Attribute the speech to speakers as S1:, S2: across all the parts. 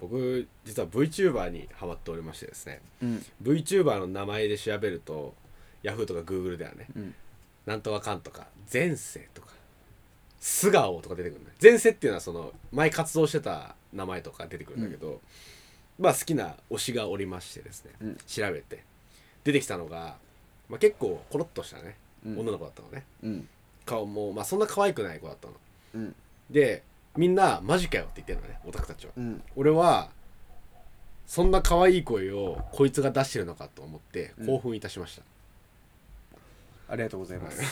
S1: 僕実は VTuber にハマっておりましてですね
S2: うん
S1: VTuber の名前で調べると Yahoo とか Google ではね
S2: うん
S1: なんとかかんとか前世とか素顔とか出てくるんだ前世っていうのはその前活動してた名前とか出てくるんだけど、まあ好きな推しがおりましてですね、
S2: うん
S1: 調べて出てきたのが、まあ、結構コロッとしたね、
S2: うん
S1: 女の子だったのね
S2: うん
S1: 顔も、まあ、そんな可愛くない子だったの
S2: うん
S1: でみんなマジかよって言ってるのねオタクたちは
S2: うん
S1: 俺はそんな可愛い声をこいつが出してるのかと思って
S2: うん
S1: 興奮いたしました、
S2: ありがとうございます
S1: はい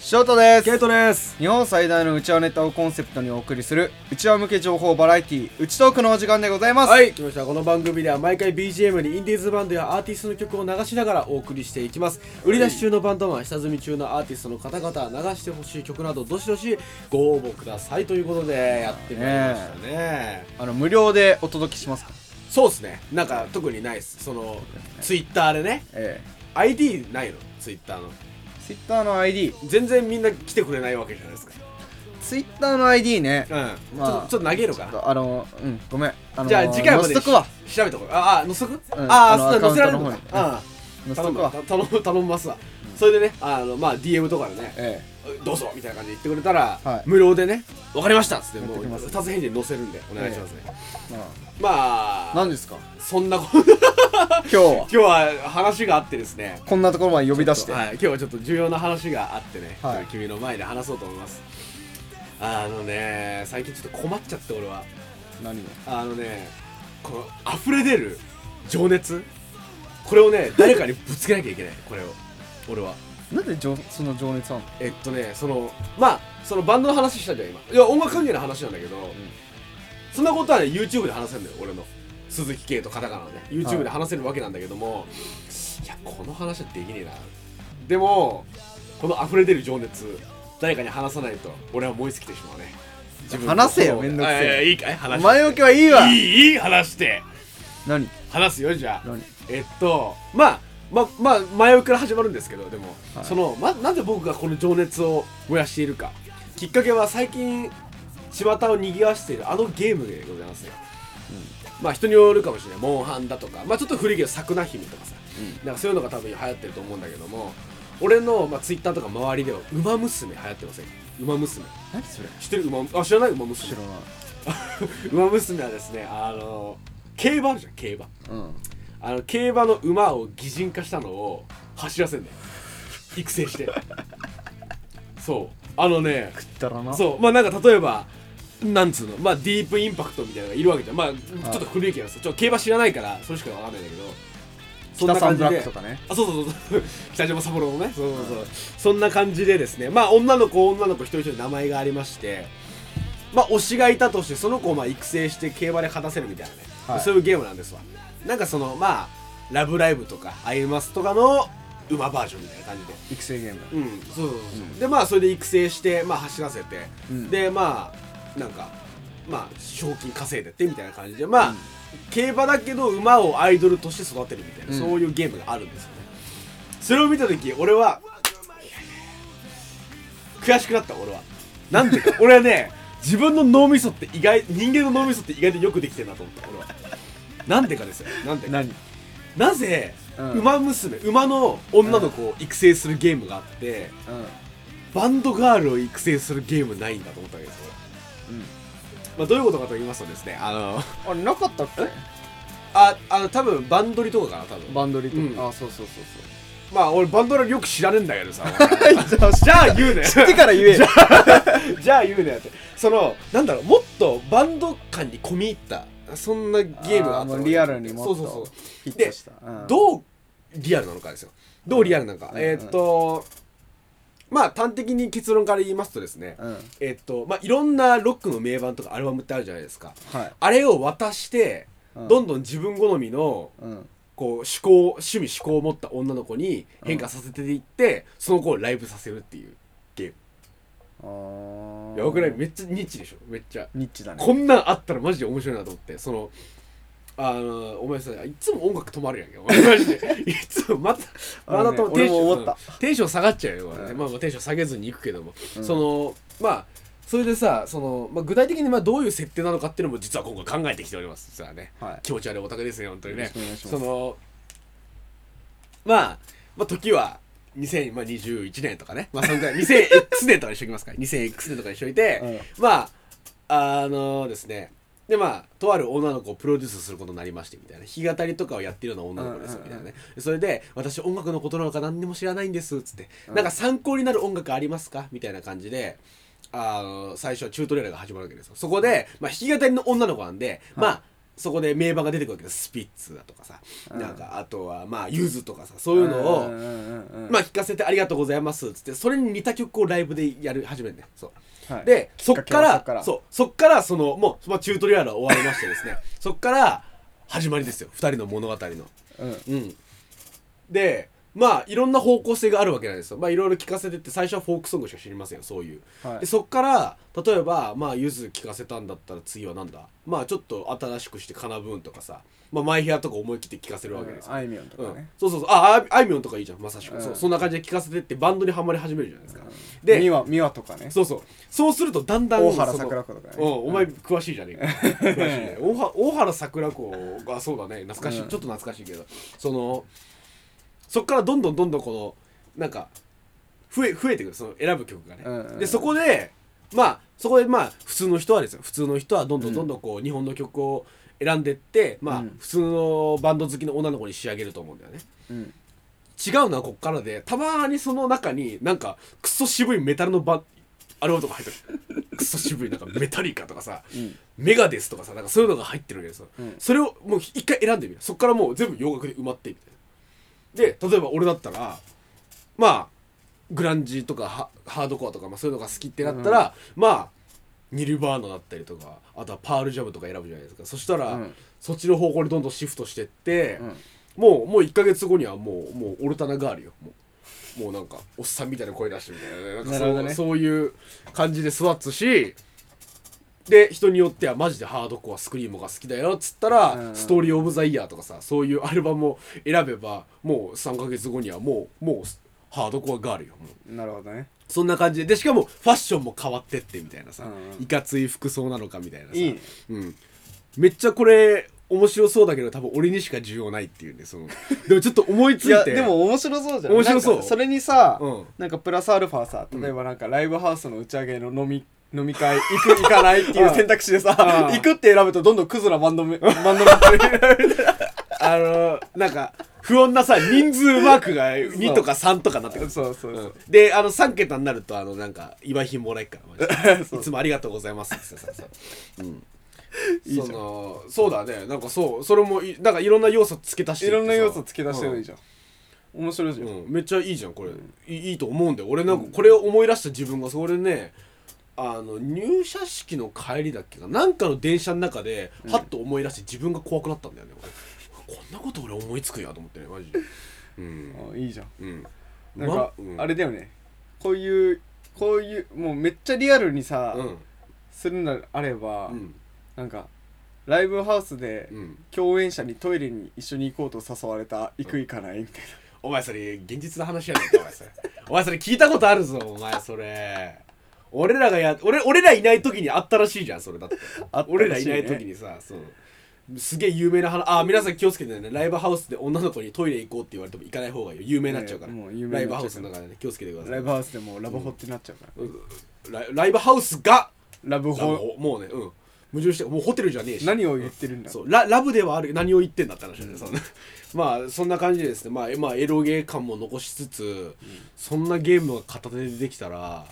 S2: ショートです
S3: ケイトです
S2: 日本最大のうちわネタをコンセプトにお送りするうちわ向け情報バラエティーうちトークのお時間でございます、
S1: はい、来ました。この番組では毎回 BGM にインディーズバンドやアーティストの曲を流しながらお送りしていきます。売り出し中のバンドマン、下積み中のアーティストの方々、流してほしい曲などどしどしご応募くださいということでやってみましたね。
S2: あの無料でお届けしますか
S1: そうですね。なんか特にないです。その、ツイッターでね、
S2: え
S1: ID ないの、ツイッターの。
S2: え Twitter の ID
S1: 全然みんな来てくれないわけじゃないですか。
S2: Twitter の ID ね
S1: うん。
S2: まあ
S1: ちょっとちょっと投げるかな。
S2: あのうんごめんあの
S1: じゃあ次回まで
S2: 載せとくわ
S1: し調べてこい。ああ、載せとく、
S2: うん
S1: あ
S2: あの
S1: あ、そうだ載せられるの
S2: アカウントの方に
S1: か。うん。
S2: 載せ
S1: 頼
S2: とく
S1: むわ
S2: わ
S1: た頼む頼みますわ、それでねあのまあ DM とかでね
S2: え
S1: どうぞみたいな感じで言ってくれたら、
S2: はい
S1: 無料でねわかりましたっつって
S2: や
S1: も
S2: っ
S1: う
S2: てきます
S1: 二つ返事に載せるんでお願いしますね、
S2: えま
S1: まあ
S2: あ何ですか
S1: そんなこと
S2: 今日は
S1: 今日は話があってですね
S2: こんなところまで呼び出して
S1: はい、今日はちょっと重要な話があってね、
S2: はい
S1: 君の前で話そうと思いますあのね最近ちょっと困っちゃって俺は
S2: 何を
S1: あのねこの溢れ出る情熱これをね誰かにぶつけなきゃいけないこれを俺は
S2: なんでじょその情熱あんの
S1: えっとねそのまあそのバンドの話したじゃん今いや音楽関係の話なんだけど、そんなことはね YouTube で話せるんだよ俺の鈴木圭とカタカナのね YouTube で話せるわけなんだけども、い、やこの話はできねえなでもこの溢れ出る情熱誰かに話さないと俺は燃え尽きてしまうね自分の
S2: 話せよ
S1: 炎
S2: めんどくせえ
S1: あいやいいかい話して
S2: 前置きはいいわ
S1: いいいい話して
S2: 何
S1: 話すよじゃあ
S2: 何
S1: えっとまあまあまあ前置きから始まるんですけどでも、
S2: はい
S1: そのまなぜ僕がこの情熱を燃やしているかきっかけは最近巷を賑わしているあのゲームでございますよ、まあ人によるかもしれないモンハンだとかまあちょっと古いけど桜姫とかさ、なんかそういうのが多分流行ってると思うんだけども俺の、まあ、ツイッターとか周りでは「ウマ娘」流行ってませんウマ娘
S2: 何それ
S1: 知ってるウマあ知らないウマ
S2: 知
S1: 娘
S2: らない
S1: ウマ娘はですねあの競馬あるじゃん競馬
S2: うん
S1: あの競馬の馬を擬人化したのを走らせんね育成してそうあのね
S2: くったらな
S1: そうまあなんか例えばなんつうのまあディープインパクトみたいなのがいるわけじゃんまあちょっと古いけどさちょっと競馬知らないからそれしかわかんないんだけどそん
S2: 北
S1: な
S2: さん
S1: 感
S2: ブ
S1: じ
S2: ラッ
S1: で
S2: クとかね
S1: あそうそうそう 北島三郎のねそうそうそう、そんな感じでですねまあ女の子女の子一人一人名前がありましてまあ推しがいたとしてその子をまあ育成して競馬で勝たせるみたいなね、
S2: はい
S1: そういうゲームなんですわなんかそのまあ「ラブライブ!」とか「アイマス」とかの馬バージョンみたいな感じで
S2: 育成ゲーム
S1: うんそうそうそう、でまあそれで育成してまあ走らせて、
S2: うん
S1: でまあなんかまあ賞金稼いでってみたいな感じでまあ、
S2: うん
S1: 競馬だけど馬をアイドルとして育てるみたいな、
S2: うん
S1: そういうゲームがあるんですよねそれを見た時俺は悔しくなった俺はなん でか俺はね自分の脳みそって意外人間の脳みそって意外とよくできてるなと思った俺はなんでかですよなんでか
S2: 何
S1: なぜ、
S2: うん
S1: 馬娘馬の女の子を育成するゲームがあって、
S2: うん
S1: バンドガールを育成するゲームないんだと思ったわけですよ、
S2: うん
S1: まあ、どういうことかと言いますとですねあの
S2: あれなかったっけ
S1: ああの多分バンドリとかかな多分
S2: バンドリとか、
S1: うん
S2: あそうそうそうそ
S1: まあ俺バンドリよく知らねえんだけどさお
S2: う じゃ
S1: 前
S2: あ
S1: じゃあ言うね
S2: 知ってから言えよ
S1: じゃあ言うねってそのなんだろうもっとバンド感に込み入ったそんなゲームがあ
S2: あ
S1: った
S2: ーも
S1: の
S2: うリアルにもっと
S1: そうそうそう
S2: ヒットした、うん
S1: どうリアルなのかですよどうリアルなのか、
S2: うん
S1: えーっとまあ端的に結論から言いますとですね、
S2: うん
S1: えーっとまあいろんなロックの名盤とかアルバムってあるじゃないですか
S2: はい
S1: あれを渡して、
S2: うん
S1: どんどん自分好みの
S2: うん
S1: こう思考趣味思考を持った女の子に変化させていって、その子をライブさせるっていうゲ
S2: あー
S1: ームやばくないめっちゃニッチでしょめっちゃ
S2: ニッチだね
S1: こんなんあったらマジで面白いなと思ってそのあのお前さいつも音楽止まるやんけお前マジで いつもまたまたとも
S2: 俺
S1: ション
S2: も思った
S1: うんテンション下がっちゃうよ、お前
S2: うん
S1: まあ、まあテンション下げずに行くけども、
S2: うん
S1: そのまあそれでさその、まあ、具体的にまあどういう設定なのかっていうのも実は今回考えてきております実はね
S2: はい
S1: 気持ち悪いオタクですね本当に
S2: よろ
S1: ね
S2: しくお願いしま
S1: そ
S2: す
S1: のまあ、まあ、時は2021年とかね、まあ、そんぐらい 2000X 年とかにしときますから 2000X 年とかにしといて、まああのですねでまあとある女の子をプロデュースすることになりましてみたいな弾き語りとかをやってるような女の子です
S2: うん
S1: み
S2: うん
S1: た
S2: うん
S1: いなねそれで「私音楽のことなのか何にも知らないんです」っつって
S2: う
S1: 「
S2: ん
S1: なんか参考になる音楽ありますか?」みたいな感じで。あの最初はチュートリアルが始まるわけですよそこで、まあ、弾き語りの女の子なんで、まあそこで名盤が出てくるわけですスピッツだとかさ、
S2: うん
S1: なんかあとはまあゆずとかさそういうのを、
S2: んうんうんうん
S1: まあ聞かせてありがとうございますっつってそれに似た曲をライブでやる始めるねそう
S2: はい
S1: でそっか
S2: きっ
S1: ら
S2: かけは
S1: そうそっからそのもう、まあ、チュートリアルは終わりましてですねそっから始まりですよ2人の物語の
S2: うん
S1: うんでまあいろんな方向性があるわけなんですよまあいろいろ聞かせてって最初はフォークソングしか知りませんよそういう、
S2: はい
S1: でそっから例えばまあゆず聞かせたんだったら次はなんだまあちょっと新しくしてカナブーンとかさまあマイヘアとか思い切って聞かせるわけですよ、
S2: あいみょんと
S1: う
S2: か
S1: ん
S2: ね、
S1: そうそうそうあああいみょんとかいいじゃんまさしく、
S2: うん
S1: そうそんな感じで聞かせてってバンドにはまり始めるじゃないですか、
S2: で
S1: で
S2: 美和美和とかね
S1: そうそうそうするとだんだん
S2: 大原
S1: その
S2: 桜子とかね
S1: うんお前詳しいじゃ ねえか詳しいね大は大原桜子がそうだね懐かしい、
S2: うん
S1: ちょっと懐かしいけどそのそっからどんどんどんどんこのなんか増え増えてくるその選ぶ曲がね、
S2: うんうん
S1: でそこでまあそこでまあ普通の人はですよ普通の人はどんどんどんどんこう、日本の曲を選んでってまあ、
S2: うん
S1: 普通のバンド好きの女の子に仕上げると思うんだよね
S2: うん
S1: 違うのはこっからでたまにその中になんかクソ渋いメタルのバアルバムとか入って るクソ渋いなんかメタリカとかさ
S2: うん
S1: メガデスとかさなんかそういうのが入ってるわけですよ、
S2: うん
S1: それをもう一回選んでみるそっからもう全部洋楽で埋まってみたいなで例えば俺だったらまあグランジとかハハードコアとか、まあ、そういうのが好きってなったら、まあニルバーナだったりとかあとはパールジャムとか選ぶじゃないですかそしたら、
S2: うん
S1: そっちの方向にどんどんシフトしてって、
S2: うん
S1: もうもう1か月後にはもうもうオルタナガールよもうもうなんかおっさんみたいな声出してみたいな,、ね、なんか
S2: なる
S1: そ
S2: ほど
S1: う
S2: ね
S1: そういう感じで育つしで人によってはマジでハードコアスクリームが好きだよっつったら、
S2: うん
S1: ストーリー・オブ・ザ・イヤーとかさそういうアルバムを選べばもう3か月後にはもうもうハードコアガールよもう
S2: なるほどね
S1: そんな感じででしかもファッションも変わってってみたいなさ、
S2: うんうん
S1: いかつい服装なのかみたいなさ
S2: いいね
S1: うん、めっちゃこれ面白そうだけど多分俺にしか需要ないっていうね そのでもちょっと思いつ
S2: い
S1: いて
S2: やでも面白そうじゃない
S1: 面白そう
S2: なんかそれにさ、
S1: うん
S2: なんかプラスアルファさ例えばなんかライブハウスの打ち上げの飲み飲み会行く行かないっていう選択肢でさ
S1: ああ
S2: 行くって選ぶとどんどんクズなバンドメバンドメンバーになる
S1: あのなんか不穏なさ人数マークが2とか3とかなってく る
S2: そうそうそううん
S1: であの3桁になるとあのなんか祝い品もらえっ からマジで
S2: そう
S1: いつもありがとうございますってささ、うん、
S2: いいじゃん
S1: そのそうだねなんかそうそれもいなんかいろんな要素付け足してっ
S2: い
S1: てさ
S2: ろんな要素付け出してるいいじゃん、面白いじゃん、
S1: うん、めっちゃいいじゃんこれ、いいいいと思うんだよ俺なんかこれを思い出した自分がそれねあの入社式の帰りだっけかなんかの電車の中ではっと思い出して自分が怖くなったんだよね、俺こんなこと俺思いつくんやと思ってねマジでうん
S2: あいいじゃん
S1: うん
S2: なんか、
S1: まうん
S2: あれだよねこういうこういうもうめっちゃリアルにさ、
S1: うん
S2: するのであれば、
S1: うん
S2: なんかライブハウスで
S1: うん
S2: 共演者にトイレに一緒に行こうと誘われた行く行かないみたい
S1: お前それ現実の話やねんかお前それお前それ聞いたことあるぞお前それ俺らがや俺俺らいない時にあったらしいじゃんそれだって
S2: なあった
S1: 俺ら
S2: し
S1: い
S2: ね
S1: ない時にさそうすげえ有名な話あ皆さん気をつけてねライブハウスで女の子にトイレ行こうって言われても行かない方がいいよ有名になっちゃうから、
S2: ねもう有名
S1: ライ
S2: に
S1: ブ
S2: な
S1: ハ
S2: っちゃうから
S1: ウスの中でね気をつけてください
S2: ライブハウスでもうラブホってなっちゃうから、
S1: ライライブハウスが
S2: ラブ
S1: ラブ
S2: ホ
S1: ホもうねうん矛盾してもうホテルじゃねえし
S2: 何を言ってるんだ
S1: そうララブではある何を言ってんだって話だね、その まあそんな感じでですね、まあ、まあエロゲー感も残しつつ、そんなゲームが片手でできたら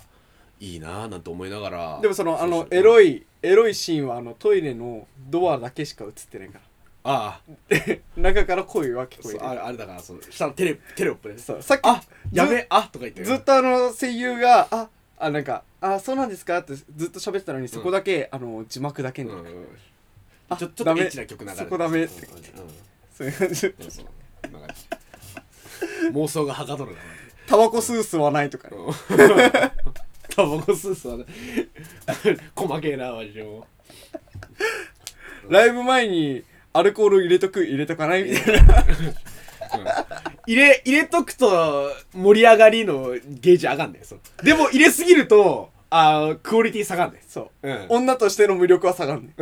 S1: いいなぁなんて思いながら
S2: でもそのあの
S1: う
S2: エロいエロいシーンはあのトイレのドアだけしか映ってないから
S1: ああ
S2: 中から声は聞
S1: そ
S2: こ
S1: う
S2: え
S1: あれあれだからその下のテレテロップで
S2: る
S1: す
S2: そうさっき
S1: あやべあとか言って
S2: ずっとあの声優が「ああなんかあそうなんですか?」ってずっと喋ってたのにそこだけ、あの字幕だけ
S1: うん
S2: に、
S1: うんうん
S2: あ
S1: ちょちょ
S2: ダ
S1: っと
S2: メ
S1: エッチな曲流れて
S2: そこダ
S1: う
S2: メ
S1: ん
S2: って
S1: うんう
S2: そういう感じ
S1: んうんそうなんか妄想がはかど るな
S2: タバコ吸う吸わないとかね、
S1: うん タバコ吸う 吸わない細けえなマジでもう
S2: ライブ前にアルコール入れとく入れとかないみたいな
S1: 入れ入れとくと盛り上がりのゲージ上がんねんそうでも入れすぎるとあークオリティ下がんねん、
S2: そう
S1: ん、
S2: 女としての魅力は下がるね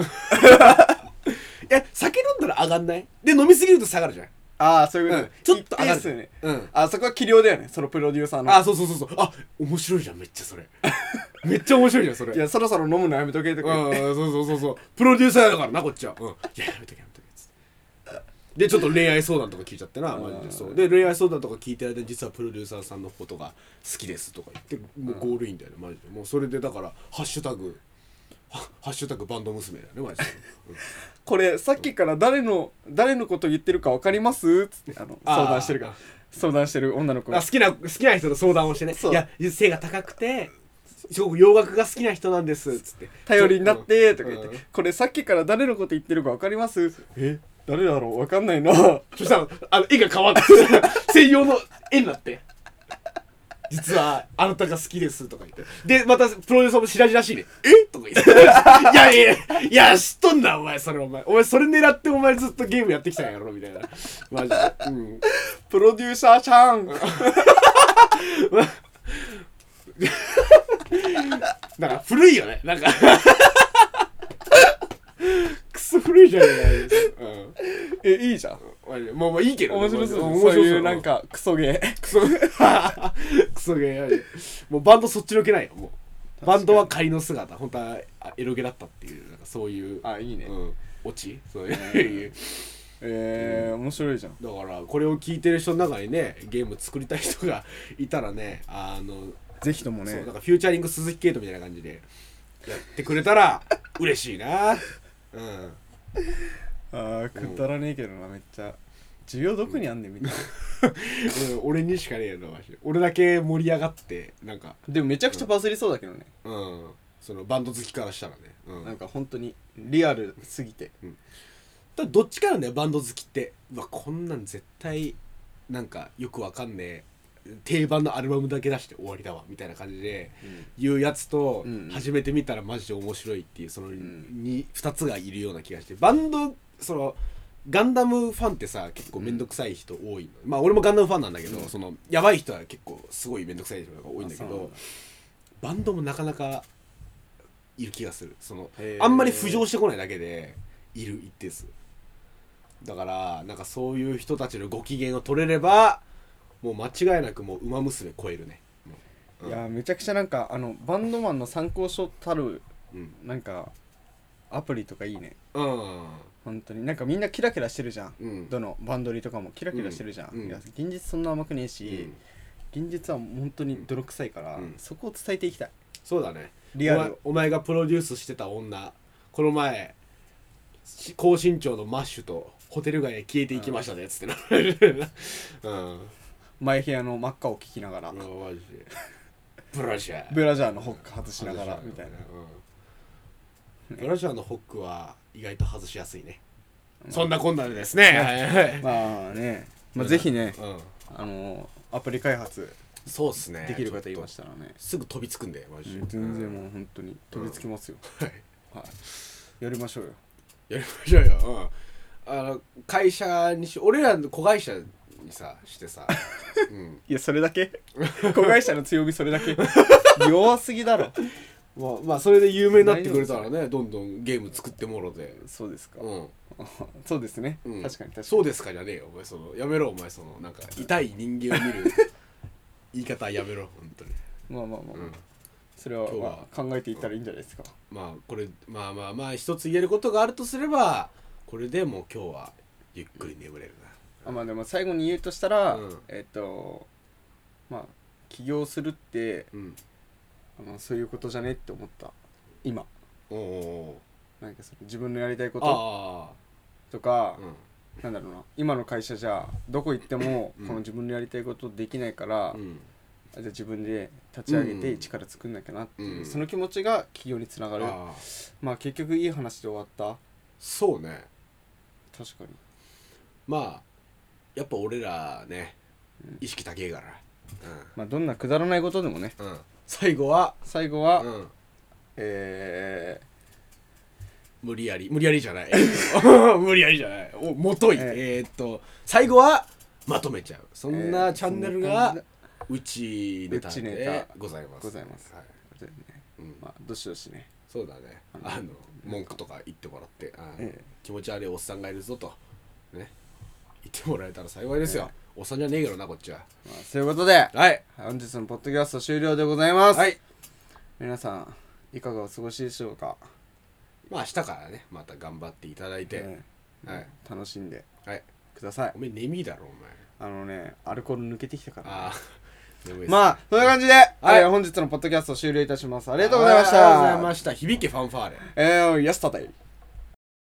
S1: え酒飲んだら上がんないで飲みすぎると下がるじゃん、
S2: ああそういうこ
S1: う
S2: と、
S1: ん、ちょっと
S2: あ
S1: 上が
S2: で
S1: る
S2: すよね
S1: うん、
S2: あそこは器量だよねそのプロデューサーの
S1: あそうそうそうそうあ面白いじゃんめっちゃそ れめっちゃ面白いじゃんそれ
S2: いやそろそろ飲むのやめとけと
S1: う
S2: か
S1: ん、うんそうそうそうそうプロデューサーだからなこっちは、 うん、いややめとけやめとけっつってでちょっと恋愛相談とか聞いちゃってなマジでそうで恋愛相談とか聞いてる間に実はプロデューサーさんのことが好きですとか言ってもうゴールインだよねマジでもうそれでだから「ハッシュタグはハッシュタグバンド娘」だよねマジで、うん
S2: これさっきから誰の誰のこと言ってるか分かりますつってあの
S1: あー
S2: 相談してるから相談してる女の子
S1: あ
S2: が
S1: 好きな好きな人と相談をしてね
S2: そう
S1: いや背が高くてすごく洋楽が好きな人なんですっつって
S2: 頼りになってとか言って、
S1: うん
S2: これさっきから誰のこと言ってるか分かりますえ誰だろう分かんない な
S1: そしたら、あの、絵が変わって、専用の絵になって。実は、あなたが好きですとか言って。で、また、プロデューサーも白々しいね。えとか言って。いやいやいや、いや、知っとんな、お前、それお前。お前、それ狙って、お前ずっとゲームやってきたんやろ、みたいな。マジで。うん。
S2: プロデューサーちゃん
S1: なんか、古いよね。なんか。くそ古いじゃないうん。
S2: えいいじゃん
S1: マジでまあまあいいけどね、
S2: 面白そう
S1: マジで
S2: そういうなん。かクソゲー
S1: クソ クソゲーやでもうバンドそっちのけないよもうバンドは仮の姿本当はあエロゲだったっていうなんかそういう
S2: あいいね
S1: うん、オチそういう
S2: えー、面白いじゃん
S1: だからこれを聞いてる人の中にねゲーム作りたい人が いたらねあの、
S2: ぜひとも
S1: そう
S2: ね
S1: なんかフューチャリング鈴木ケイトみたいな感じでやってくれた ら嬉しいなうん
S2: あーくだらねえけどなめっちゃ需要どこにあんねんみたいな、
S1: うん俺にしかねえのマジで俺だけ盛り上がってなんか
S2: でもめちゃくちゃバズりそうだけどね、
S1: うんそのバンド好きからしたらね、うん、
S2: なんか本当にリアルすぎて
S1: ただどっちからねバンド好きってうわこんなん絶対なんかよくわかんねえ定番のアルバムだけ出して終わりだわみたいな感じで言うやつと
S2: うんうん
S1: 始めてみたらマジで面白いっていうその 2,、
S2: ん
S1: 二つがいるような気がしてバンドそのガンダムファンってさ結構面倒くさい人多いの、まあ俺もガンダムファンなんだけど、そのやばい人は結構すごい面倒くさい人が多いんだけ
S2: あそうなん
S1: ど
S2: だ
S1: バンドもなかなかいる気がするその
S2: へー
S1: あんまり浮上してこないだけでいる一定数だからなんかそういう人たちのご機嫌を取れればもう間違いなくもう馬娘超えるねうん
S2: いやーめちゃくちゃなんかあのバンドマンの参考書たる
S1: うん
S2: なんかアプリとかいいね
S1: うん
S2: 本当になんかみんなキラキラしてるじゃん、
S1: うん
S2: どのバンドリとかもキラキラしてるじゃん、
S1: うんうん
S2: いや現実そんな甘くねえし、現実は本当に泥臭いから、
S1: うん
S2: そこを伝えていきたい
S1: そうだね
S2: リアルを
S1: お前お前がプロデュースしてた女この前し高身長のマッシュとホテル街へ消えていきましたねっつってなうん
S2: 前部屋の真っ赤を聞きながら、
S1: うわマジでブラジャー
S2: ブラジャーのホック外しながらみたいな、
S1: うんブラジャーのホックは意外と外しやすいね、そんなこんなでですね、はいはい
S2: まあね、まあ、ぜひね、
S1: うん、
S2: あのアプリ開発
S1: そうっすね
S2: できる方い
S1: ちょ
S2: ま
S1: っ
S2: したら
S1: と
S2: ね
S1: すぐ飛びつくんでマジで、
S2: 全然もう本当に飛びつきますよ、
S1: はい
S2: はい、やりましょうよ
S1: やりましょうよ、うん、あの会社にし俺らの子会社にさして さ、うん、
S2: いやそれだ け子会社の強みそれだけ 弱すぎだろ
S1: まあまあそれで有名になってくれたらねどんどんゲーム作ってもろで
S2: そうですか、
S1: うん
S2: そうですね、
S1: うん
S2: 確かに確かに
S1: そうですかじゃねえよお前そのやめろお前そのなんか痛い人間を見る 言い方はやめろ本当に
S2: まあまあまあ、
S1: うん
S2: それは、
S1: 今日は
S2: まあ、考えていったらいいんじゃないですか、
S1: まあこれまあまあまあ一つ言えることがあるとすればこれでもう今日はゆっくり眠れる
S2: あまあでも最後に言うとしたら、
S1: うん
S2: えっ、とまあ起業するって
S1: なうん
S2: あのそういうことじゃねって思った今
S1: おうおう
S2: なんかその自分のやりたいこ
S1: おう
S2: と
S1: あ
S2: と
S1: あ、
S2: か
S1: うん
S2: なんだろうな今の会社じゃどこ行っても、
S1: うん
S2: この自分のやりたいことできないから、
S1: うん
S2: あじゃあ自分で立ち上げ
S1: うんう
S2: て
S1: ん
S2: 一から作んなきゃなっていう、
S1: うん
S2: その気持ちが起業につながる
S1: ああ
S2: まあ結局いい話で終わっ
S1: そうね
S2: た確かに
S1: まあやっぱ俺らね意識高えから
S2: まあどんなくだらないことでもね
S1: うん、うん、最後は
S2: 最後は、
S1: うん
S2: えー
S1: 無理やり無理やりじゃ ないえーと無理やりじゃないおもとい
S2: え
S1: えーっと最後はまとめちゃうそん
S2: え
S1: な
S2: ー
S1: チャンネル
S2: そん
S1: が
S2: な
S1: うちネタ
S2: うちネ
S1: で
S2: タ
S1: ございます
S2: ございます
S1: はい
S2: ことでね
S1: うん
S2: まあどしどしね
S1: そうだねあの文句とか言ってもらってあー
S2: ええ
S1: 気持ち悪いおっさんがいるぞとね言ってもらえたら幸いですよおっさんじゃねえけどなこっちは
S2: まあそういうことで
S1: はい
S2: 本日のポッドキャスト終了でございます
S1: はい
S2: 皆さんいかがお過ごしでしょうか
S1: まあ明日からねまた頑張っていただいて
S2: ね
S1: はい
S2: 楽しんで
S1: はい
S2: ください
S1: おめえ眠いだろお前
S2: あのねアルコール抜けてきたか
S1: あ
S2: ら
S1: あ眠いっす
S2: まあそんな感じで
S1: はい
S2: えー本日のポッドキャスト終了いたしますあ
S1: あ
S2: りがとうございました
S1: ありがとうございました響けファンファーレ
S2: えー yesterday